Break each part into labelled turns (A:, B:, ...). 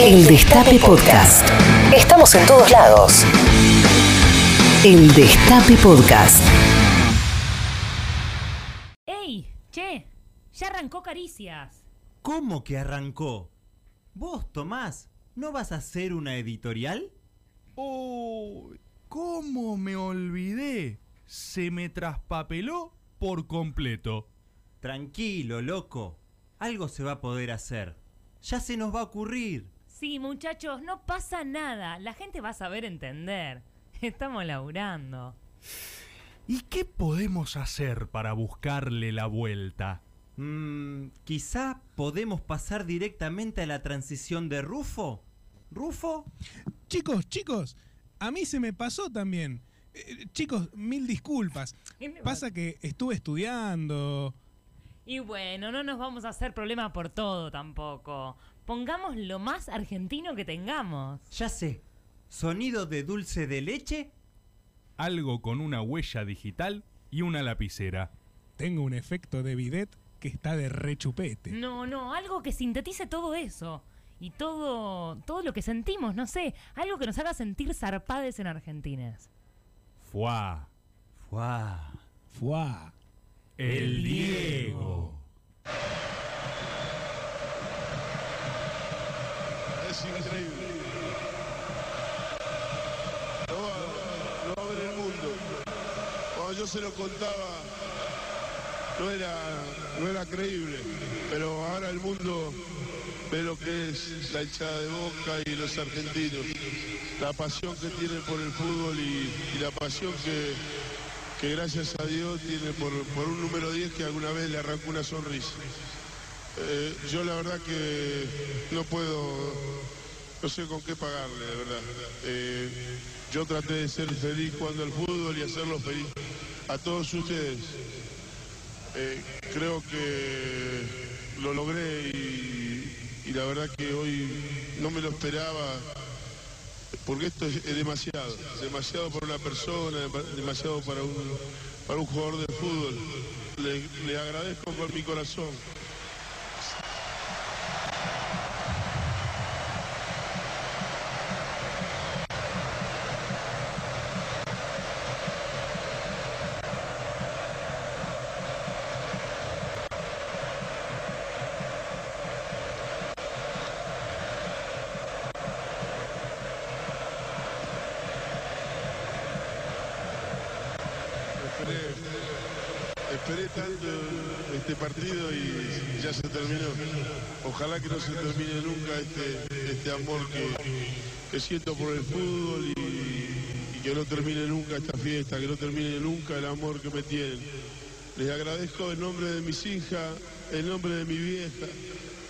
A: El Destape Podcast. Estamos en todos lados. El Destape Podcast.
B: ¡Ey! Che, ya arrancó Caricias.
C: ¿Cómo que arrancó? Vos, Tomás, ¿no vas a hacer una editorial?
D: ¡Oh! ¿Cómo me olvidé? Se me traspapeló por completo.
C: Tranquilo, loco. Algo se va a poder hacer. Ya se nos va a ocurrir.
B: Sí, muchachos, no pasa nada. La gente va a saber entender. Estamos laburando.
D: ¿Y qué podemos hacer para buscarle la vuelta?
C: Mm, quizá podemos pasar directamente a la transición de Rufo. ¿Rufo?
E: Chicos, chicos, a mí se me pasó también. Eh, chicos, mil disculpas.
B: ¿Qué le va?
E: Pasa que estuve estudiando.
B: Y bueno, no nos vamos a hacer problema por todo tampoco. Pongamos lo más argentino que tengamos.
C: Ya sé. ¿Sonido de dulce de leche?
D: Algo con una huella digital y una lapicera.
E: Tengo un efecto de bidet que está de rechupete.
B: No, no, algo que sintetice todo eso. Y todo, todo lo que sentimos, no sé. Algo que nos haga sentir zarpades en Argentines.
D: ¡Fua!
C: ¡Fuá!
E: Fuá.
D: El Diego.
F: Es increíble. Lo va, lo va a ver el mundo. Cuando yo se lo contaba, no era, no era creíble, pero ahora el mundo ve lo que es la hinchada de Boca y los argentinos, la pasión que tienen por el fútbol y, y la pasión que, que gracias a Dios tiene por, por un número 10 que alguna vez le arrancó una sonrisa. Eh, yo la verdad que no puedo, no sé con qué pagarle, de verdad. Eh, yo traté de ser feliz jugando al fútbol y hacerlo feliz a todos ustedes. Eh, creo que lo logré y, y la verdad que hoy no me lo esperaba porque esto es, es demasiado, demasiado para una persona, dema- demasiado para un, para un jugador de fútbol. Le, le agradezco con mi corazón. Esperé, esperé tanto este partido y ya se terminó. Ojalá que no se termine nunca este, este amor que, que siento por el fútbol y, y que no termine nunca esta fiesta, que no termine nunca el amor que me tienen. Les agradezco en nombre de mis hijas, en nombre de mi vieja,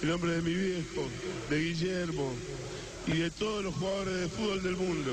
F: en nombre de mi viejo, de Guillermo y de todos los jugadores de fútbol del mundo.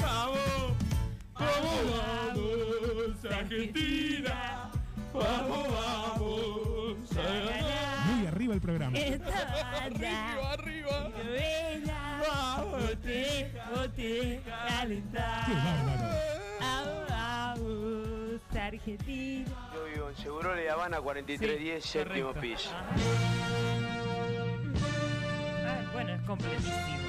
D: ¡Vamos! ¡Vamos, vamos! ¡Argentina! ¡Vamos, vamos!
E: Muy arriba el programa.
B: Eh. Esta banda
D: arriba!
B: que vela, bote, bote, calentar.
E: Qué bárbaro.
B: Vamos, Argentina.
G: Yo vivo en Seguro de Habana 4310,
B: Sí,
G: séptimo
B: correcto.
G: piso.
B: Ah, bueno, es completísimo.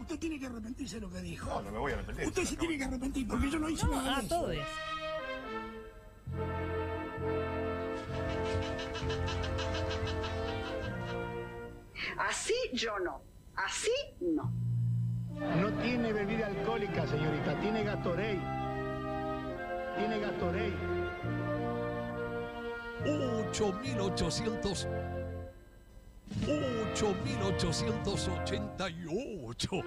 H: Usted tiene que arrepentirse de lo que dijo. No, no me voy a arrepentir. Usted se tiene que arrepentir porque yo no hice
B: No,
H: nada.
B: a
H: de eso.
B: todos.
I: Así yo no. Así no.
J: No tiene bebida alcohólica, señorita, tiene Gatorade. Tiene Gatorade.
K: 8800 8888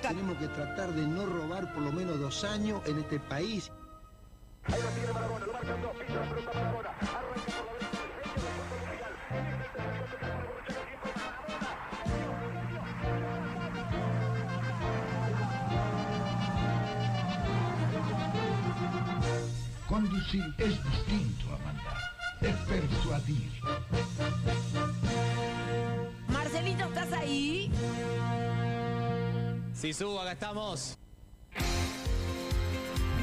J: Tenemos que tratar de no robar por lo menos dos años en este país.
F: Ahí lo tiene Maradona, lo marcan dos, pisa la pelota Maradona.
K: Seducir es distinto, Amanda. Es persuadir.
L: Marcelito, ¿estás ahí?
M: Si subo, acá estamos.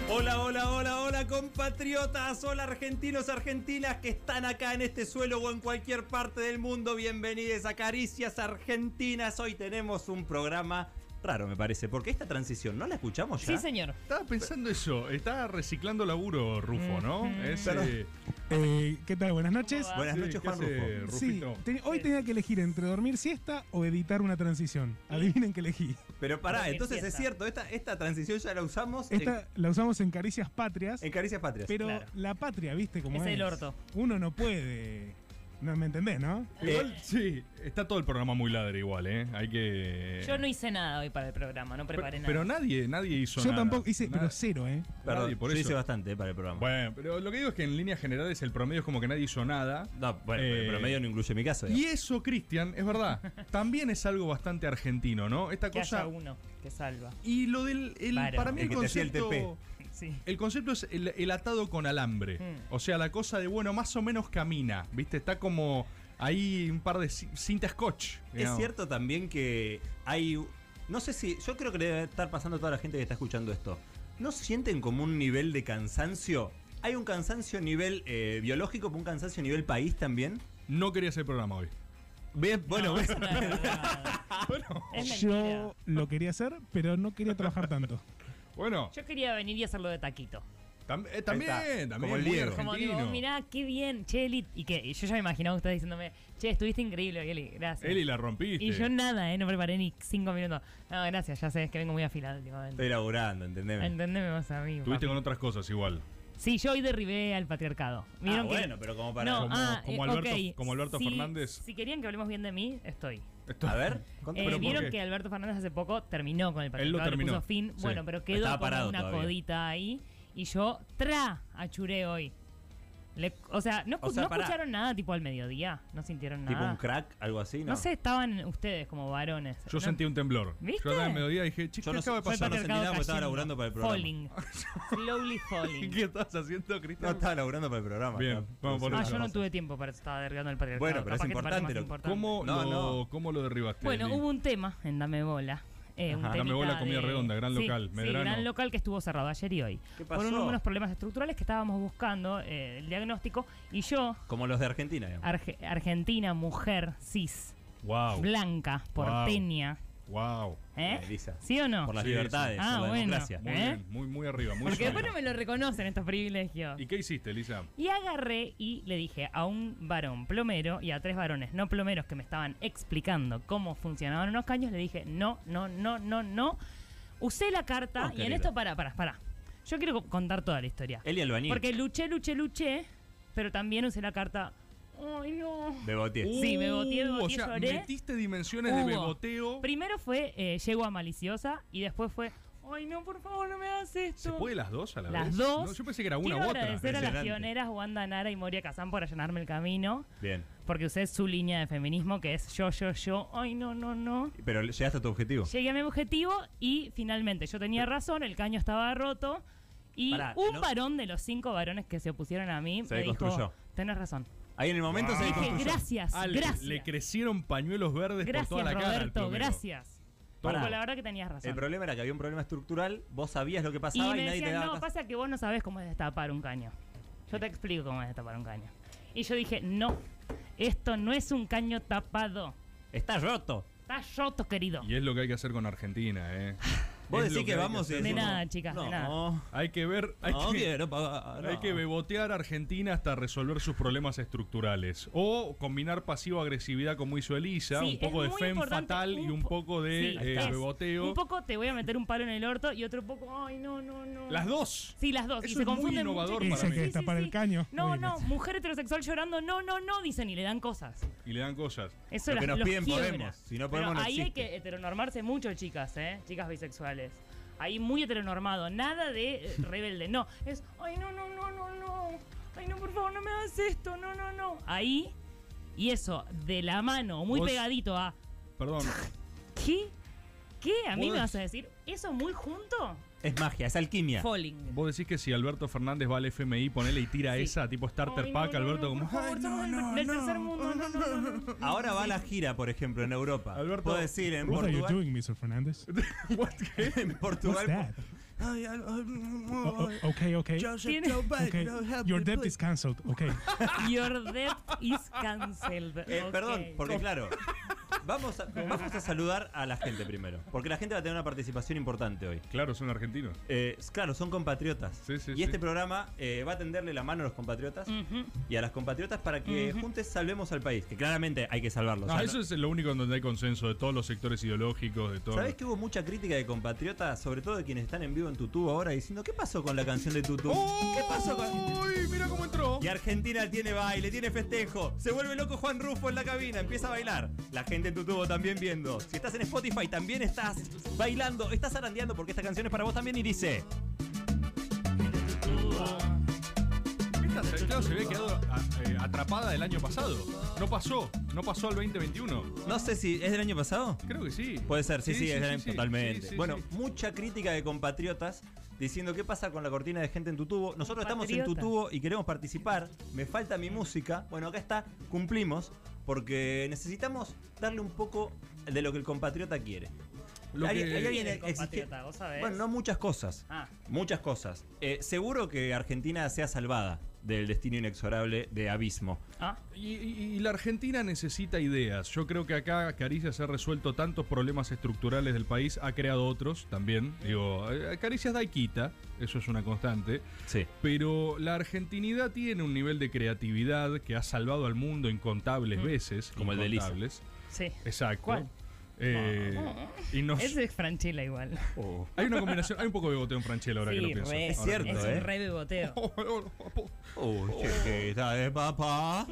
C: Hola, hola, hola, hola compatriotas, hola argentinos, argentinas que están acá en este suelo o en cualquier parte del mundo. Bienvenidos a Caricias Argentinas. Hoy tenemos un programa raro, me parece, porque esta transición no la escuchamos ya.
B: Sí, señor.
D: Estaba pensando eso, está reciclando laburo Rufo, ¿no?
E: Mm.
D: Es,
E: Perdón.
D: eh,
E: Eh, ¿Qué tal? Buenas noches.
D: Hola. Buenas noches,
E: ¿qué
D: Juan
E: hace,
D: Rufo.
E: Sí,
D: Rufito.
E: te- hoy tenía que elegir entre dormir siesta o editar una transición. Adivinen qué elegí.
C: Pero pará,
E: Porque
C: entonces es
E: empieza.
C: cierto, esta, esta transición ya la usamos en-
E: Esta la usamos en Caricias Patrias.
C: en, Caricias Patrias.
E: pero
C: Claro.
E: la patria, ¿viste cómo
B: Es
E: es?
B: el orto.
E: Uno no puede. No me entendés, ¿no?
D: Igual, sí, está todo el programa muy ladre igual, ¿eh? Hay que...
B: Yo no hice nada hoy para el programa, no preparé
D: pero,
B: nada.
D: pero nadie, nadie hizo
E: Yo
D: nada.
E: tampoco hice,
D: Nada-
E: pero cero, ¿eh?
C: Perdón,
D: nadie, por
C: yo
D: eso.
C: hice bastante para el programa.
D: Bueno, pero lo que digo es que en líneas generales el promedio es como que nadie hizo nada.
C: No, bueno, pero el
D: Eh,
C: promedio no incluye mi caso.
D: Y eso, Cristian, es verdad, también es algo bastante argentino, ¿no? Esta
B: que
D: cosa...
B: haya uno que salva.
D: Y lo del... el-
B: Varo.
D: para mí el,
C: El que te hacía el
D: concepto...
B: Sí.
D: El concepto es el, el atado con alambre.
B: Mm.
D: O sea, la cosa de, bueno, más o menos camina. ¿Viste? Está como ahí un par de ci- cinta scotch.
C: Es
D: digamos.
C: cierto también que hay. No sé si. Yo creo que le debe estar pasando a toda la gente que está escuchando esto. ¿No sienten como un nivel de cansancio? ¿Hay un cansancio a nivel eh, biológico, pero un cansancio a nivel país también?
D: No quería hacer programa hoy.
C: Bien, bueno, bueno.
B: Es mentira.
E: Yo lo quería hacer, pero no quería trabajar tanto.
D: Bueno,
B: Yo quería venir y hacerlo de taquito.
D: tam- eh, también,
C: Ahí está,
D: también.
C: como el
D: muy
C: Diego.
B: Como digo,
D: argentino.
B: "Oh, mirá, qué bien, che, Eli. Y que y yo ya me imaginaba ustedes diciéndome, che, estuviste increíble, hoy, Eli, gracias.
D: Eli, la rompiste.
B: Y yo nada, eh, no preparé ni cinco minutos. No, gracias, ya sabes que vengo muy afilado últimamente.
C: Estoy laburando, entendeme.
B: Entendeme vos a mí.
D: Tuviste
B: papi.
D: con otras cosas igual.
B: Sí, yo hoy derribé al patriarcado.
C: Ah,
B: ¿Vieron que-
C: bueno, pero como para.
B: No,
D: como-
B: ah,
D: como
B: eh,
D: Alberto-
B: ok.
D: como Alberto
B: Si-
D: Fernández.
B: Si querían que hablemos bien de mí, estoy.
D: Esto-
C: A ver,
B: Eh,
D: ¿Pero por
B: Vieron
D: qué?
B: que Alberto Fernández hace poco terminó con el partido.
D: Él lo
B: le
D: terminó,
B: puso fin.
D: sí.
B: Bueno, pero quedó
C: Estaba
B: como
C: parado
B: una
C: todavía.
B: codita ahí. Y yo, tra, achuré hoy. Le- o sea, no,
C: O sea,
B: no
C: pará.
B: escucharon nada tipo al mediodía. No sintieron
C: Tipo
B: nada.
C: un crack, algo así, ¿no?
B: no. sé, estaban ustedes como varones.
D: Yo
B: ¿no?
D: sentí un temblor.
B: ¿Viste?
D: Yo al mediodía dije, chicos,
C: Yo
D: ¿qué
C: no, sé-
D: acaba de
C: yo no
D: pasar?
B: Fue
C: sentí nada porque estaba
B: cayendo.
C: laburando para el programa.
B: Falling. Slowly falling.
D: ¿Qué estabas haciendo,
C: No,
D: Cristian?
C: estaba laburando para el programa.
D: Bien,
C: Estaba-
D: vamos por
B: Ah,
D: eso.
B: yo no tuve tiempo para estar derribando el patriarcado.
C: Bueno, pero es
B: Capaz que te parece más
C: importante lo-
B: importante.
D: ¿Cómo,
C: No,
D: lo, ¿Cómo lo derribaste?
B: Bueno,
D: Eli?
B: hubo un tema en Dame Bola. eh, un
C: Ajá.
D: Dame
B: temita
D: Bola, Comida
B: de-
D: Redonda, gran
B: sí,
D: local,
B: sí,
D: Medrano.
B: gran local que estuvo cerrado ayer y hoy.
C: ¿Qué
B: Por
C: pasó?
B: un- unos problemas estructurales que estábamos buscando, eh, el diagnóstico, y yo,
C: Como los de Argentina, digamos.
B: arge- argentina, mujer, cis,
D: Wow.
B: blanca, porteña,
D: Wow.
B: ¿eh?
C: Eh, Lisa.
B: ¿Sí o no?
C: Por las
D: Sí,
C: libertades,
B: sí. Ah,
C: por la
B: bueno.
C: democracia.
D: Muy,
B: ¿Eh?
D: bien, muy, muy arriba, muy
B: Porque
D: sólido.
B: después no me lo reconocen estos privilegios.
D: ¿Y qué hiciste, Lisa?
B: Y agarré y le dije a un varón plomero y a tres varones no plomeros que me estaban explicando cómo funcionaban unos caños, le dije, no, no, no, no, no. Usé la carta
C: No,
B: y en
C: querido.
B: esto, para, para, para. Yo quiero co- contar toda la historia.
C: Eli Albañil.
B: Porque luché, luché, luché, pero también usé la carta. Ay, no.
C: De Botier.
B: Sí, me boteé, me
D: Uh, O
B: boteé,
D: sea,
B: lloré.
D: metiste dimensiones
B: Hubo.
D: de beboteo.
B: Primero fue eh, llego a maliciosa y después fue, ay, no, por favor, no me hagas esto.
D: ¿Se puede las dos a la
B: Las
D: vez?
B: dos.
D: No, yo pensé que era una
B: Quiero
D: u otra.
B: agradecer a las
C: Impresionante.
B: pioneras Wanda Nara y Moria Kazán por allanarme el camino,
C: Bien.
B: porque usé su línea de feminismo que es yo, yo, yo, ay, no, no, no.
C: Pero llegaste a tu objetivo.
B: Llegué a mi objetivo y finalmente yo tenía razón, el caño estaba roto y
C: Pará,
B: un
C: ¿no?
B: varón de los cinco varones que se opusieron a mí
C: Se
B: me dijo,
C: deconstruyó.
B: tenés razón.
C: Ahí en el momento se
D: Wow.
B: Dije,
C: desconstruyó.
B: gracias,
D: Ah, le-
B: gracias.
D: Le, crecieron pañuelos verdes
B: gracias,
D: por toda la cara. al
B: Roberto,
D: plomero.
B: gracias.
C: Pará.
B: Porque la verdad que tenías razón.
C: El problema era que había un problema estructural, vos sabías lo que
B: Y
C: pasaba y,
B: me
C: nadie te
B: decían,
C: daba
B: no,
C: paz".
B: pasa que vos no sabés cómo es destapar un caño. Yo te explico cómo es destapar un caño. Y yo dije, no, esto no es un caño tapado.
C: Está roto.
B: Está roto, querido.
D: Y es lo que hay que hacer con Argentina, ¿eh?
C: Vos
D: Es lo
C: decís que
D: hay
C: vamos y
D: hacer
B: De
D: con-
C: decimos,
B: nada, chicas, de
C: no,
B: nada".
C: No,
D: Hay que ver. Hay que,
C: quiero pagar.
D: Hay
C: Ah, no.
D: que bebotear a Argentina hasta resolver sus problemas estructurales. O combinar pasivo-agresividad como hizo Elisa,
B: Sí,
D: un poco
B: es
D: de
B: muy
D: fem
B: importante,
D: fatal y un
B: po-
D: poco de
B: Sí,
D: eh,
B: es.
D: beboteo.
B: Un poco te voy a meter un palo en el orto y otro poco, ay, no, no, no.
D: Las dos.
B: Sí, las dos.
D: Eso
B: y se
D: es muy
B: confunden
D: innovador
B: mucho.
D: para
E: Dice
D: mí.
E: que está para el caño.
B: No,
E: Muy
B: no,
E: bien.
B: mujer heterosexual llorando, no, no, no, dicen y le dan cosas.
D: Y le dan cosas.
B: Eso
C: Lo
B: las-
C: que nos
B: los
C: piden
B: quiebra.
C: Podemos. Si no podemos,
B: Pero
C: no
B: ahí
C: existe.
B: hay que heteronormarse mucho, chicas, ¿eh? Chicas bisexuales. Ahí muy heteronormado. Nada de eh, rebelde. No. Es, ay, no, no, no, no, no. Ay, no, por favor, no me hagas esto. No, no, no. Ahí. Y eso, de la mano, muy
D: Vos-
B: pegadito a.
D: Perdón.
B: ¿Qué? ¿Qué? ¿A mí
D: Vos-
B: me vas a decir? ¿Eso muy junto?
C: Es magia, es alquimia.
B: Falling.
D: Vos decís que si Alberto Fernández va al FMI, ponele y tira
B: Sí.
D: esa, tipo starter
B: Ay, no,
D: pack,
B: no,
D: Alberto
B: no,
D: como... "Ah,
B: por favor, no, no, del tercer mundo, no, no, no, no.
C: Ahora va a la gira, por ejemplo, en Europa. Puedo decir en
E: What are you
C: Portugal.
E: doing, Mr. Fernández?
C: en
E: What's
C: Portugal.
E: that?
C: Ay, ay, ay,
E: Oh, oh, okay, okay.
C: Joseph,
B: Tiene-
C: Joe Biden,
E: Okay.
C: oh, help
E: Your
C: me,
E: debt
C: please.
E: is cancelled. Okay.
B: Your debt is cancelled.
C: Eh,
B: Ok.
C: Perdón, porque claro. Vamos a, vamos a saludar a la gente primero. Porque la gente va a tener una participación importante hoy.
D: Claro, son argentinos.
C: Eh, claro, son compatriotas. y
D: sí.
C: este programa eh, va a tenderle la mano a los compatriotas
B: Ujú.
C: y a las compatriotas para que
D: Ujú.
C: juntos salvemos al país. Que claramente hay que salvarlo.
D: No, eso es lo único en donde hay consenso de todos los sectores ideológicos, de todo.
C: ¿Sabés que hubo mucha crítica de compatriotas, sobre todo de quienes están en vivo en Tutú ahora, diciendo ¿qué pasó con la canción de Tutú?
D: ¡Oh!
C: ¿Qué pasó con.?
D: ¡Uy, mira cómo entró!
C: Y Argentina tiene baile, tiene festejo. Se vuelve loco Juan Rufo en la cabina, empieza a bailar. La gente en tu tubo también viendo. Si estás en Spotify, también estás bailando, estás arandeando porque esta canción es para vos también y dice.
D: Esta se- claro, se había quedado a- eh, atrapada del año pasado. No pasó, no pasó al 2021.
C: No sé si es del año pasado.
D: Creo que sí.
C: Puede ser, sí, sí, es del año-
D: sí,
C: totalmente.
D: sí, sí,
C: bueno,
D: sí.
C: mucha crítica de compatriotas diciendo qué pasa con la cortina de gente en tu tubo. Nosotros estamos en tu
B: Compatriotas.
C: tubo y queremos participar. Me falta mi música. Bueno, acá está, cumplimos, porque necesitamos darle un poco de lo que el compatriota quiere.
D: Lo
C: Hay-
D: que-
C: hay alguien
B: Bien,
C: exige-
B: compatriota, vos sabés.
C: eh, Bueno, no muchas cosas.
B: Ah.
C: Muchas cosas. Eh, seguro que Argentina sea salvada del destino inexorable de abismo.
B: Ah.
D: Y, y- y la Argentina necesita ideas. Yo creo que acá Caricias ha resuelto tantos problemas estructurales del país, ha creado otros también. Digo, eh, Caricias da y quita, eso es una constante.
C: Sí.
D: Pero la argentinidad tiene un nivel de creatividad que ha salvado al mundo incontables veces.
C: Como el de Lisa.
D: incontables.
B: Sí.
D: Exacto.
B: Mm. ¿Cuál?
D: Eh, y nos-
B: Ese es Franchella igual.
D: Hay una combinación, hay un poco de bigoteo en Franchella ahora que lo
B: Sí,
D: pienso.
B: re,
C: Es cierto,
B: es
C: ¿eh?
B: un re beboteo.
C: Uy,
B: Oh.
C: chiquita de papá.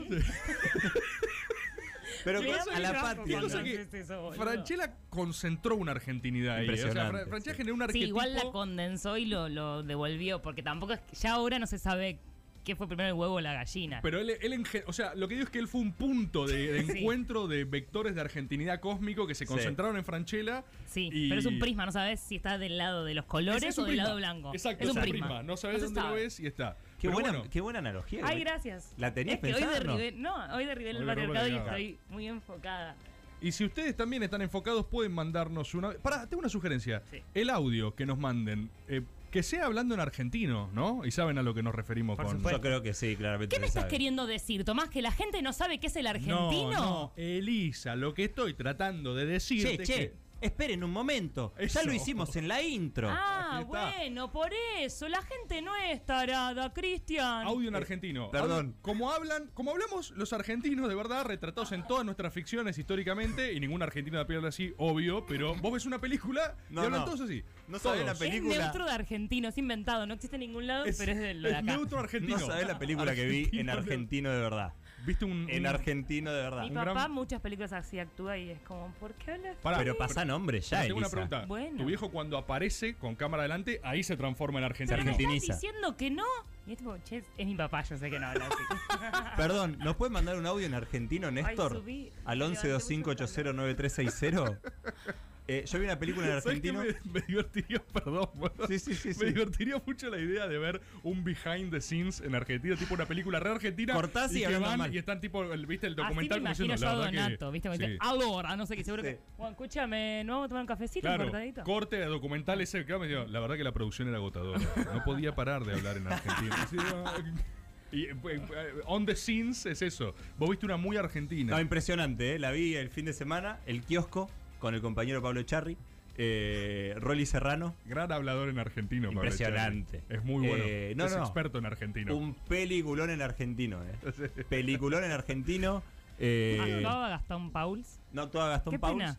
C: Pero
B: Le
C: a
B: damos
C: la
B: el bajo,
C: patria.
B: cuando
D: Cosa que
B: haces eso, boludo.
D: Franchella concentró una argentinidad ahí. O sea,
C: Impresionante,
D: Fra- Franchella
C: sí.
D: generó un
B: Sí,
D: arquetipo.
B: igual la condensó y lo, lo devolvió, porque tampoco es que ya ahora no se sabe qué fue primero el huevo o la gallina.
D: Pero él, él en gen- o sea, lo que digo es que él fue un punto de, de
B: Sí.
D: encuentro de vectores de argentinidad cósmico que se
C: Sí.
D: concentraron en Franchella.
B: sí,
D: y-
B: pero es un prisma, no sabes si está del lado de los
D: Ese
B: colores
D: es
B: o
D: un
B: del
D: prisma.
B: lado blanco.
D: Exacto,
B: es un
D: prisma.
B: prisma.
D: No sabes
B: se
D: dónde lo
B: sabe.
D: ves y está.
C: Qué
D: Pero
C: buena,
D: bueno,
C: qué buena analogía. ¿eh?
B: Ay,
C: güey.
B: gracias.
C: ¿La tenías
B: es que hoy
C: pensada? no?
B: derribé, no, hoy derribé
D: Hoy
B: el
D: la ropa
B: patriarcado y
D: delgada.
B: estoy muy enfocada.
D: Y si ustedes también están enfocados, pueden mandarnos una. Pará, tengo una sugerencia.
B: Sí.
D: El audio que nos manden, eh, que sea hablando en argentino, ¿no? Y saben a lo que nos referimos
B: Por
D: con.
C: Yo creo que sí, claramente.
B: ¿Qué me
C: se
B: estás
C: sabe.
B: queriendo decir, Tomás? ¿Que la gente no sabe qué es el argentino?
D: No, no, Elisa, lo que estoy tratando de decir.
C: Che, che, esperen un momento.
D: Eso.
C: Ya lo hicimos en la intro.
B: Ah,
D: Aquí está.
B: bueno, por eso. La gente no es tarada, Cristian.
D: Audio en argentino.
C: perdón.
D: Habla- Como hablan, como hablamos los argentinos de verdad, retratados en todas nuestras ficciones históricamente, y ningún argentino de a pie habla así, obvio, pero vos ves una película
C: No,
D: y hablan
C: no.
D: todos así.
C: No
D: Todos.
C: sabés la
B: Es
C: película.
B: neutro de argentino, es inventado, no existe en ningún lado,
D: Es-
B: pero es del de
D: es
B: acá.
D: neutro argentino.
C: No sabés la película que vi en argentino de verdad.
D: Viste un,
C: En
D: un-
C: argentino de verdad.
B: Mm, Mi
D: Un
B: papá
D: gran-
B: muchas películas así actúa y es como, ¿por qué hablas?
D: Pará,
C: Pero pasa nombre ya,
D: pero Tengo una
C: Elisa.
D: pregunta.
B: Bueno.
D: Tu viejo cuando aparece con cámara adelante, ahí se transforma en argentino.
B: ¿Pero me estás
C: argentiniza.
B: diciendo que no? Y es tipo, che, es mi papá, yo sé que no habla así.
C: Perdón, ¿nos puede mandar un audio en argentino, Néstor?
B: subí,
C: Al
B: me
C: 1125809360. Eh, yo vi una película en
D: ¿Sabés qué
C: argentino.
D: Me, me divertiría, perdón, boludo.
C: Sí, sí, sí,
D: Me
C: sí.
D: divertiría mucho la idea de ver un behind the scenes en Argentina, tipo una película re argentina.
C: Cortás y
D: que
C: hablan
D: van
C: mal.
D: y están tipo, el, viste, el
B: Así Ah, me
D: documental como
B: imagino
D: diciendo,
B: yo a
D: la verdad
B: Donato,
D: que-
B: ¿viste? Como
D: sí.
B: dice, ahora, no sé qué, seguro
C: Sí.
B: que... Juan, escúchame, ¿no vamos a tomar un cafecito, un
D: Claro,
B: cortadito?
D: corte de documental ese, claro, me dijo, la verdad que la producción era agotadora. No podía parar de hablar en Argentina. Así, ah, Y, eh, eh, on the scenes es eso. Vos viste una muy argentina.
C: No, impresionante, ¿eh? la vi el fin de semana, el kiosco, con el compañero Pablo Charri, eh, Rolly Serrano.
D: Gran hablador en argentino, Pablo
C: Impresionante.
D: Echandi. Es muy bueno.
C: Eh, no,
D: es
C: no.
D: experto en argentino.
C: Un peliculón en argentino, ¿eh? peliculón en argentino. eh,
B: Actuaba Gastón Pauls.
C: no actuaba Gastón
B: Ah, Qué
C: Pauls.
B: pena.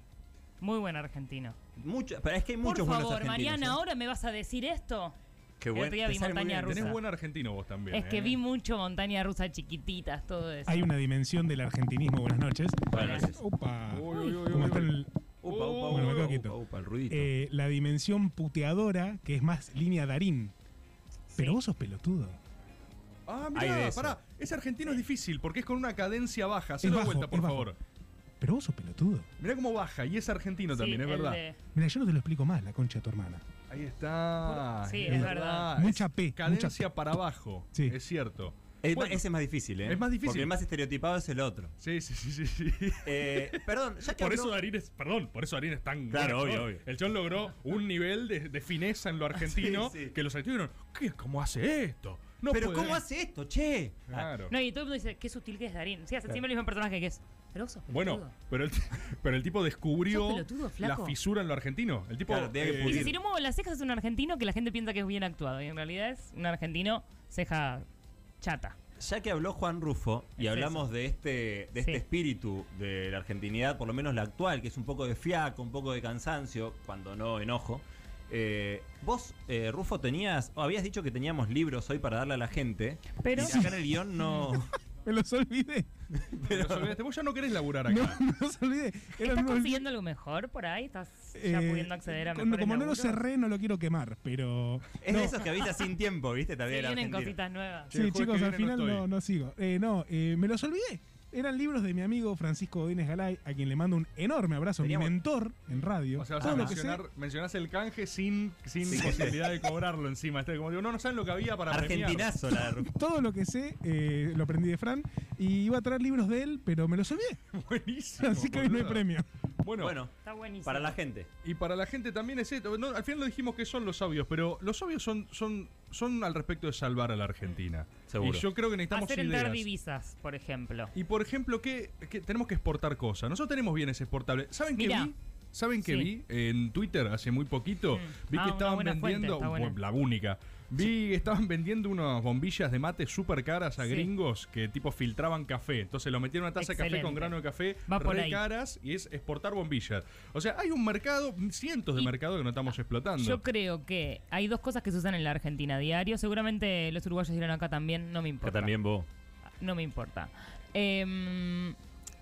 B: Muy buen argentino.
C: Mucho- pero es que hay muchos
B: Por
C: buenos
B: favor,
C: argentinos.
B: Mariana,
C: ¿eh?
B: ahora me vas a decir esto.
C: Qué
B: el
C: buen-
B: otro día
C: te
B: vi
C: sale muy
B: montaña
C: bien.
B: rusa.
D: Tenés buen argentino vos también.
B: es que
D: eh.
B: vi mucho montaña rusa chiquititas, todo eso.
E: Hay una dimensión del argentinismo. Buenas noches.
C: Buenas noches.
E: Opa.
D: Uy, uy, uy, uy,
E: ¿Cómo está
D: uy.
E: el-
C: Upa, upa,
E: Bueno, me
C: upa,
E: quedo
C: upa,
E: quieto.
C: upa, el ruidito.
E: eh, la dimensión puteadora, que es más línea Darín. Pero
B: Sí.
E: vos sos pelotudo.
D: Ah,
C: Hay de
D: mirá,
C: eso.
D: pará. Ese argentino es difícil porque es con una cadencia baja. Hacelo de
E: bajo,
D: vuelta, por
E: es bajo.
D: favor.
E: Pero vos sos pelotudo.
D: Mirá cómo baja. Y es argentino
B: Sí,
D: también, es
B: el
D: verdad.
B: de-
E: Mira, yo no te lo explico más, la concha de tu hermana.
D: Ahí está.
B: Sí, es verdad.
E: Mucha P,
D: Cadencia
E: mucha
D: para abajo.
E: Sí.
D: Es cierto.
C: Es
D: Bueno,
C: ma- ese es más difícil, ¿eh?
D: Es más difícil.
C: Porque el más estereotipado es el otro.
D: Sí, sí, sí, sí. sí.
C: Eh, perdón, ya que
D: Por
C: habló-
D: eso Darín es, perdón, por eso Darín es tan
C: Claro,
D: buen
C: obvio,
D: actor.
C: obvio.
D: El chon logró un nivel de, de fineza en lo argentino
C: Sí, sí.
D: que los argentinos dijeron, ¿qué? ¿Cómo hace esto? No
C: Pero
D: puede". Ah.
C: ¿cómo hace esto, che?
D: Claro.
B: No, y todo el mundo dice, qué sutil que es Darín. Sí, hace
D: Claro.
B: siempre el mismo personaje que es. El oso. el
D: Bueno,
B: pelotudo.
D: pero el, pero el tipo descubrió
B: Sos pelotudo,
D: la
B: flaco. fisura
D: fisura en lo argentino. El tipo eh,
C: Claro, tenía que
B: Y si se muevo las cejas es un argentino que la gente piensa que es bien actuado. Y en realidad es un argentino ceja chata.
C: Ya que habló Juan Rufo y
B: Es
C: hablamos de este, de este espíritu de la argentinidad, por lo menos la actual, que es un poco de fiaco, un poco de cansancio, cuando no enojo. eh, vos, eh, Rufo, tenías, o habías dicho que teníamos libros hoy para darle a la gente.
B: Pero-
C: Y acá en el guión no.
E: Me los olvidé.
D: Pero olvidaste, vos ya no querés laburar
E: No,
D: acá.
E: me los olvidé. Era
B: ¿Estás
E: el mismo-
B: consiguiendo algo mejor por ahí? ¿Estás ya
E: eh,
B: pudiendo acceder a
E: cuando-
B: mejores
E: Como no lo
B: laburos?
E: cerré, no lo quiero quemar, pero.
C: Es
E: no.
C: de esos que avisa sin tiempo, ¿viste?
B: Se
C: También
B: vienen
C: la Argentina.
B: cositas nuevas.
E: Sí, chicos, al final no,
D: estoy.
E: no sigo. Eh, no, eh, me los olvidé. Eran libros de mi amigo Francisco Godínez Galay, a quien le mando un enorme abrazo,
D: Teníamos-
E: mi mentor en radio.
D: O sea, vas
E: Todo
D: a
E: lo que
D: mencionar, mencionás el canje sin, sin
C: Sí.
D: posibilidad de cobrarlo encima. Este, Como digo, no, no saben lo que había para premiar.
C: Argentinazo la de Rufo.
E: Todo lo que sé eh, lo aprendí de Fran y iba a traer libros de él, pero me los olvidé.
D: Buenísimo.
E: Así que hoy no hay
D: boludo.
E: premio.
D: Bueno,
C: Bueno,
B: Está buenísimo.
C: para la gente.
D: y para la gente también es esto. No, al final lo dijimos que son los sabios, pero los sabios son, son, son al respecto de salvar a la Argentina.
C: Seguro.
D: Y yo creo que necesitamos
B: Hacer entrar
D: ideas.
B: divisas, por ejemplo.
D: Y por ejemplo, ¿qué, qué- tenemos que exportar cosas. Nosotros tenemos bienes exportables. ¿Saben qué
B: Mirá.
D: vi? ¿Saben qué
B: Sí.
D: vi en Twitter hace muy poquito? Vi
B: Ah,
D: que
B: una
D: estaban
B: buena fuente,
D: vendiendo.
B: está buena.
D: bueno, La única. Vi que estaban vendiendo unas bombillas de mate súper caras a
B: Sí.
D: gringos que tipo filtraban café. Entonces lo metían en una taza de café con
B: Excelente.
D: grano de café
B: Va por
D: re
B: ahí.
D: caras y es exportar bombillas. O sea, hay un mercado, cientos de
B: Y-
D: mercados que no estamos explotando.
B: Yo creo que hay dos cosas que se usan en la Argentina a diario. Seguramente los uruguayos dirán acá también, no me importa.
C: vos.
B: No me importa. Em,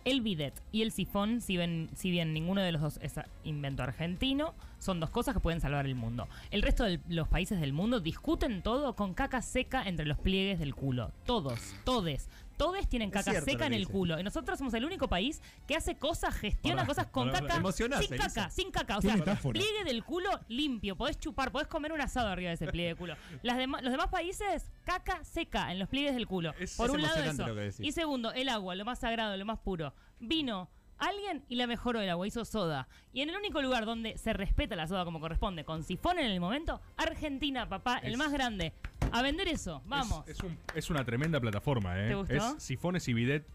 B: el bidet y el sifón, si, ven- si bien ninguno de los dos es a- invento argentino, son dos cosas que pueden salvar el mundo. El resto de los países del mundo discuten todo con caca seca entre los pliegues del culo. Todos, todes. Todes tienen
C: Es
B: caca
C: cierto lo
B: seca en
C: que
B: el
C: dice.
B: culo. Y nosotros somos el único país que hace cosas, gestiona
D: Pará,
B: cosas con
D: pará, pará.
B: caca.
C: Emocionás,
B: sin
C: Elisa.
B: caca, sin caca. O
E: Qué
B: sea,
E: metáfora.
B: pliegue del culo limpio. Podés chupar, podés comer un asado arriba de ese pliegue de culo. Las dema- los demás países, caca seca en los pliegues del culo.
D: Es-
B: Por
C: es
B: un lado
C: emocionante
B: eso.
C: lo que decís.
B: Y segundo, el agua, lo más sagrado, lo más puro. Vino alguien y la mejoró el agua, hizo soda. Y en el único lugar donde se respeta la soda como corresponde, con sifón en el momento, Argentina, papá, el
D: Es-
B: más grande. A vender eso, vamos.
D: Es, es un- es una tremenda plataforma, ¿eh?
B: ¿Te gustó?
D: Es sifones y bidet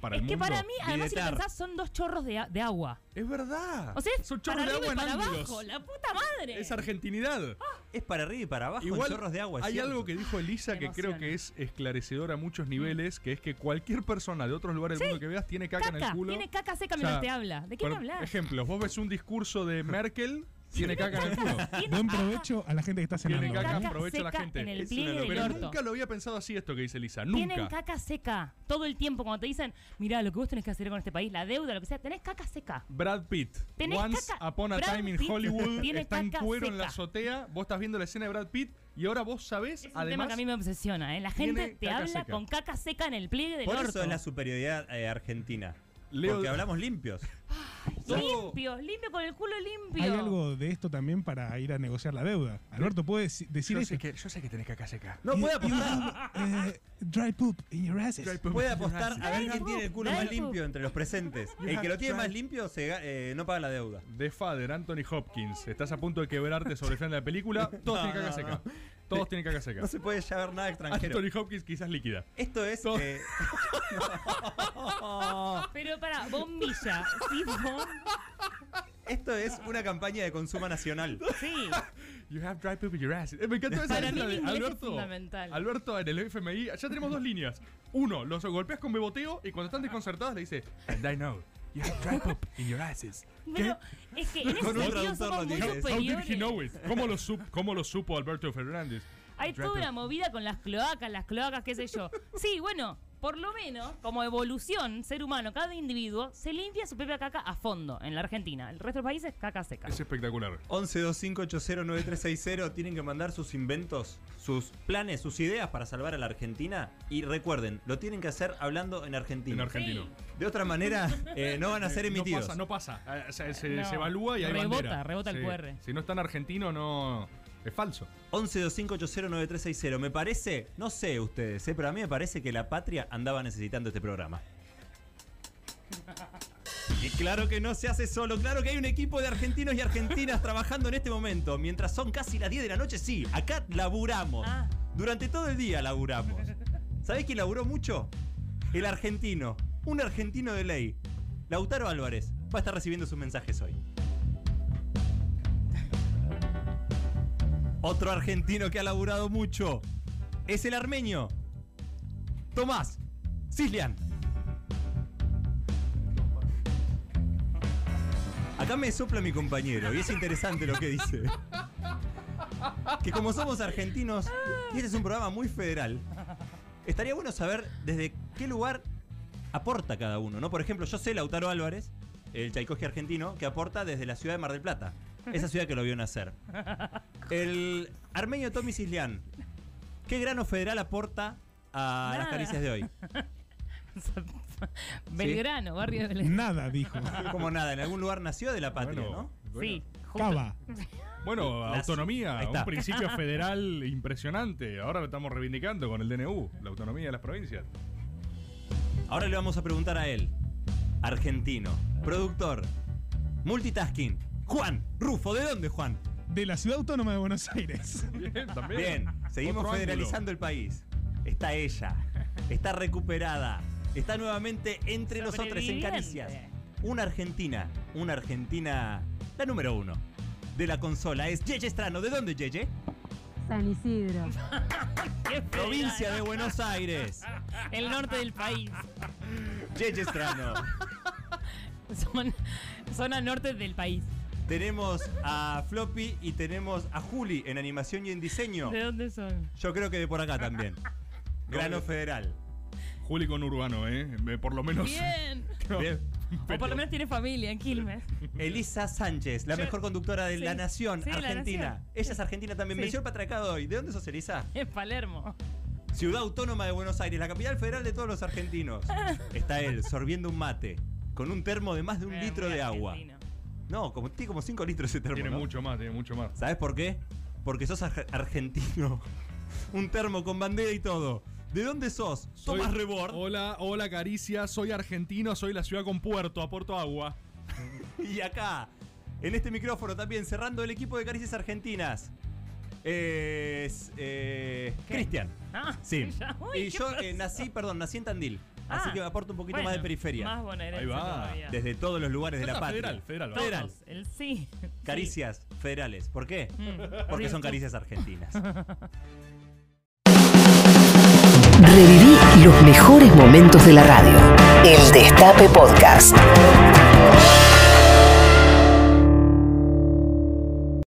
D: para
B: Es
D: el
B: que
D: mundo.
B: para mí, además, si lo
C: bidetar.
B: pensás, son dos chorros de, a- de agua.
D: Es verdad.
B: O sea, es
D: son
B: para
D: chorros de
B: arriba
D: agua
B: y
D: en
B: para
D: ángulos.
B: abajo, la Ah. puta madre.
D: Es argentinidad.
C: Es para arriba y para abajo, en chorros de agua. es
D: hay
C: cierto.
D: algo que dijo Elisa
B: Me
D: que creo
B: emociona.
D: que es esclarecedor a
B: Mm.
D: muchos niveles, que es que cualquier persona de otros lugares del mundo que veas tiene caca, en el
B: caca,
D: culo.
B: tiene caca seca
D: O sea,
B: mientras te habla. ¿De qué me
D: por
B: hablas?
D: Ejemplo, vos ves un discurso de Merkel, tiene caca en el culo.
E: Buen provecho a la gente que está
D: Tiene
E: cenando.
D: caca,
B: caca
D: aprovecha la
B: seca
D: gente.
B: en el
D: Es
B: pliegue
D: una
B: del
D: locura. Pero
B: orto.
D: nunca lo había pensado así esto que dice Elisa,
B: Tienen
D: nunca.
B: caca seca todo el tiempo cuando te dicen, mirá, lo que vos tenés que hacer con este país, la deuda, lo que sea, tenés caca seca.
D: Brad Pitt,
B: Tenés
D: Once
B: caca-
D: Upon a
B: Brad
D: Time in
B: Pitt
D: Hollywood,
B: tiene
D: está en
B: caca
D: cuero en la
B: seca.
D: azotea, vos estás viendo la escena de Brad Pitt y ahora vos sabés,
B: Es un tema
D: además,
B: que a mí me obsesiona, ¿eh? La
D: tiene
B: gente te
D: caca
B: habla
D: seca.
B: con caca seca en el pliegue del
C: Por
B: orto.
C: eso es la superioridad eh, argentina.
D: Leo-
C: Porque hablamos limpios.
B: Limpio, limpio con el culo limpio.
E: Hay algo de esto también para ir a negociar la deuda. Alberto, ¿puedes deci- decir
D: yo
E: eso?
D: sé, que, yo sé que tenés caca seca.
C: No puede
E: You
C: apostar.
E: have, eh, dry poop in your asses.
C: Puede apostar a ver
B: Dale,
C: quién tiene el culo
B: dale,
C: más limpio entre los presentes. El que lo tiene más limpio se ga- eh, no paga la deuda.
D: The Father, Anthony Hopkins. Estás a punto de quebrarte sobre el final de la película. Todos
C: No,
D: tienen caca
C: no,
D: seca.
C: no.
D: Todos tienen caca seca.
C: No se puede llevar nada extranjero.
D: Anthony Hopkins quizás líquida.
C: Esto es.
D: Todo-
C: eh,
B: Pero para, bombilla. sifón,
C: esto es una campaña de consumo nacional.
B: sí.
D: You have dry poop in your ass. Eh, me encantó esa
B: Para mí
D: letra
B: el
D: de
B: inglés es
D: Alberto.
B: fundamental.
D: Alberto en el FMI. Ya tenemos dos líneas. Uno, los golpeas con beboteo y cuando están desconcertadas le dice, And I know. You have dry poop in your asses.
B: Bueno, es que en ese
C: Con un
B: sentido
C: traductor
B: somos
C: lo
B: muy
C: tiene.
D: How, how did he know
B: superiores.
D: it? ¿Cómo lo, sup- cómo lo supo Alberto Fernández?
B: Hay toda una movida con las cloacas, las cloacas, qué sé yo. Sí, bueno, por lo menos, como evolución, ser humano, cada individuo se limpia su propia caca a fondo en la Argentina. El resto de los países, caca seca.
D: Es espectacular.
C: 1125809360 tienen que mandar sus inventos, sus planes, sus ideas para salvar a la Argentina. Y recuerden, lo tienen que hacer hablando en
D: En
C: argentino.
D: argentino.
C: de otra manera, eh, no van a ser
D: Eh,
C: emitidos.
D: No pasa, no pasa. Eh, o sea, se,
B: No.
D: se evalúa y hay
B: Rebota,
D: bandera.
B: rebota el
D: Sí.
B: QR.
D: Si no está en argentino, no, Es falso.
C: 1125809360. Me parece, no sé ustedes, ¿eh? pero a mí me parece que la patria andaba necesitando este programa. Y claro que no se hace solo, claro que hay un equipo de argentinos y argentinas trabajando en este momento. Mientras son casi las 10 de la noche, sí, acá laburamos. Durante todo el día laburamos. ¿Sabés quién laburó mucho? El argentino, un argentino de ley. Lautaro Álvarez va a estar recibiendo sus mensajes hoy. Otro argentino que ha laburado mucho es el armenio. Tomás Cislian. Acá me sopla mi compañero y es interesante lo que dice. Que como somos argentinos, y este es un programa muy federal, estaría bueno saber desde qué lugar aporta cada uno, ¿no? Por ejemplo, yo sé Lautaro Álvarez, el Tchaikovsky argentino, que aporta desde la ciudad de Mar del Plata, esa ciudad que lo vio nacer. El armenio Tommy Cislián, ¿qué grano federal aporta a las
B: Nada.
C: caricias de hoy?
B: Belgrano, barrio de Belgrano.
E: Nada, dijo.
C: Como nada, en algún lugar nació de la patria,
D: Bueno,
C: ¿no?
B: Sí.
E: Cava.
D: Bueno,
C: La-
D: autonomía,
C: Ahí está.
D: un principio federal impresionante. Ahora lo estamos reivindicando con el DNU, la autonomía de las provincias.
C: Ahora le vamos a preguntar a él, argentino, productor, multitasking, Juan Rufo, ¿de dónde Juan?
E: De la ciudad autónoma de Buenos Aires.
D: Bien,
C: Bien, seguimos federalizando el país. Está ella, está recuperada, está nuevamente entre nosotros en
B: Sobreviviente.
C: Caricias. Una argentina, una argentina, la número uno de la consola es Yeye Estrano. ¿De dónde Yeye?
M: San Isidro.
C: Provincia de Buenos Aires.
B: El norte del país.
C: Yeye Estrano.
B: Son- zona norte del país.
C: Tenemos a Floppy y tenemos a Juli en animación y en diseño.
B: ¿De dónde son?
C: Yo creo que de por acá también. Grano federal.
D: Juli con Urbano, ¿eh? Eh, Por lo menos.
B: Bien.
C: Bien.
B: O por lo menos tiene familia en Quilmes.
C: Elisa Sánchez, la
B: Yo-
C: mejor conductora de La
B: Sí.
C: Nación
B: Sí, La
C: Argentina.
B: Nación.
C: Ella es argentina también.
B: Sí.
C: Venció el patracado hoy. ¿De dónde sos, Elisa?
B: En Palermo.
C: Ciudad Autónoma de Buenos Aires, la capital federal de todos los argentinos. Está él sorbiendo un mate con un termo de más de un
B: Eh,
C: litro
B: muy
C: de agua.
B: argentino.
C: No, como, tiene como 5 litros ese termo.
D: Tiene
C: ¿no?
D: mucho más, tiene mucho más.
C: ¿Sabes por qué? Porque sos ar- argentino. un termo con bandera y todo. ¿De dónde sos?
D: Soy-
C: Tomás Rebord.
D: Hola, hola Caricia, soy argentino, soy la ciudad con puerto, a Puerto Agua.
C: Y acá, en este micrófono también, cerrando el equipo de Caricias Argentinas, es eh, Cristian.
B: Ah,
C: Sí.
B: ya. Uy,
C: y
B: ¿qué
C: yo
B: pasó?
C: eh, nací, perdón, nací en Tandil. así
B: Ah,
C: que me aporto un poquito
B: bueno,
C: más de periferia.
B: más bonaerense Ahí va. todavía.
C: Desde todos los lugares de
D: Ya
C: la
D: está,
C: patria.
D: federal, federal,
B: Todos. El sí.
C: Caricias federales. ¿Por qué?
B: Mm.
C: Porque
B: Sí.
C: son caricias argentinas.
A: Reviví los mejores momentos de la radio. El Destape Podcast.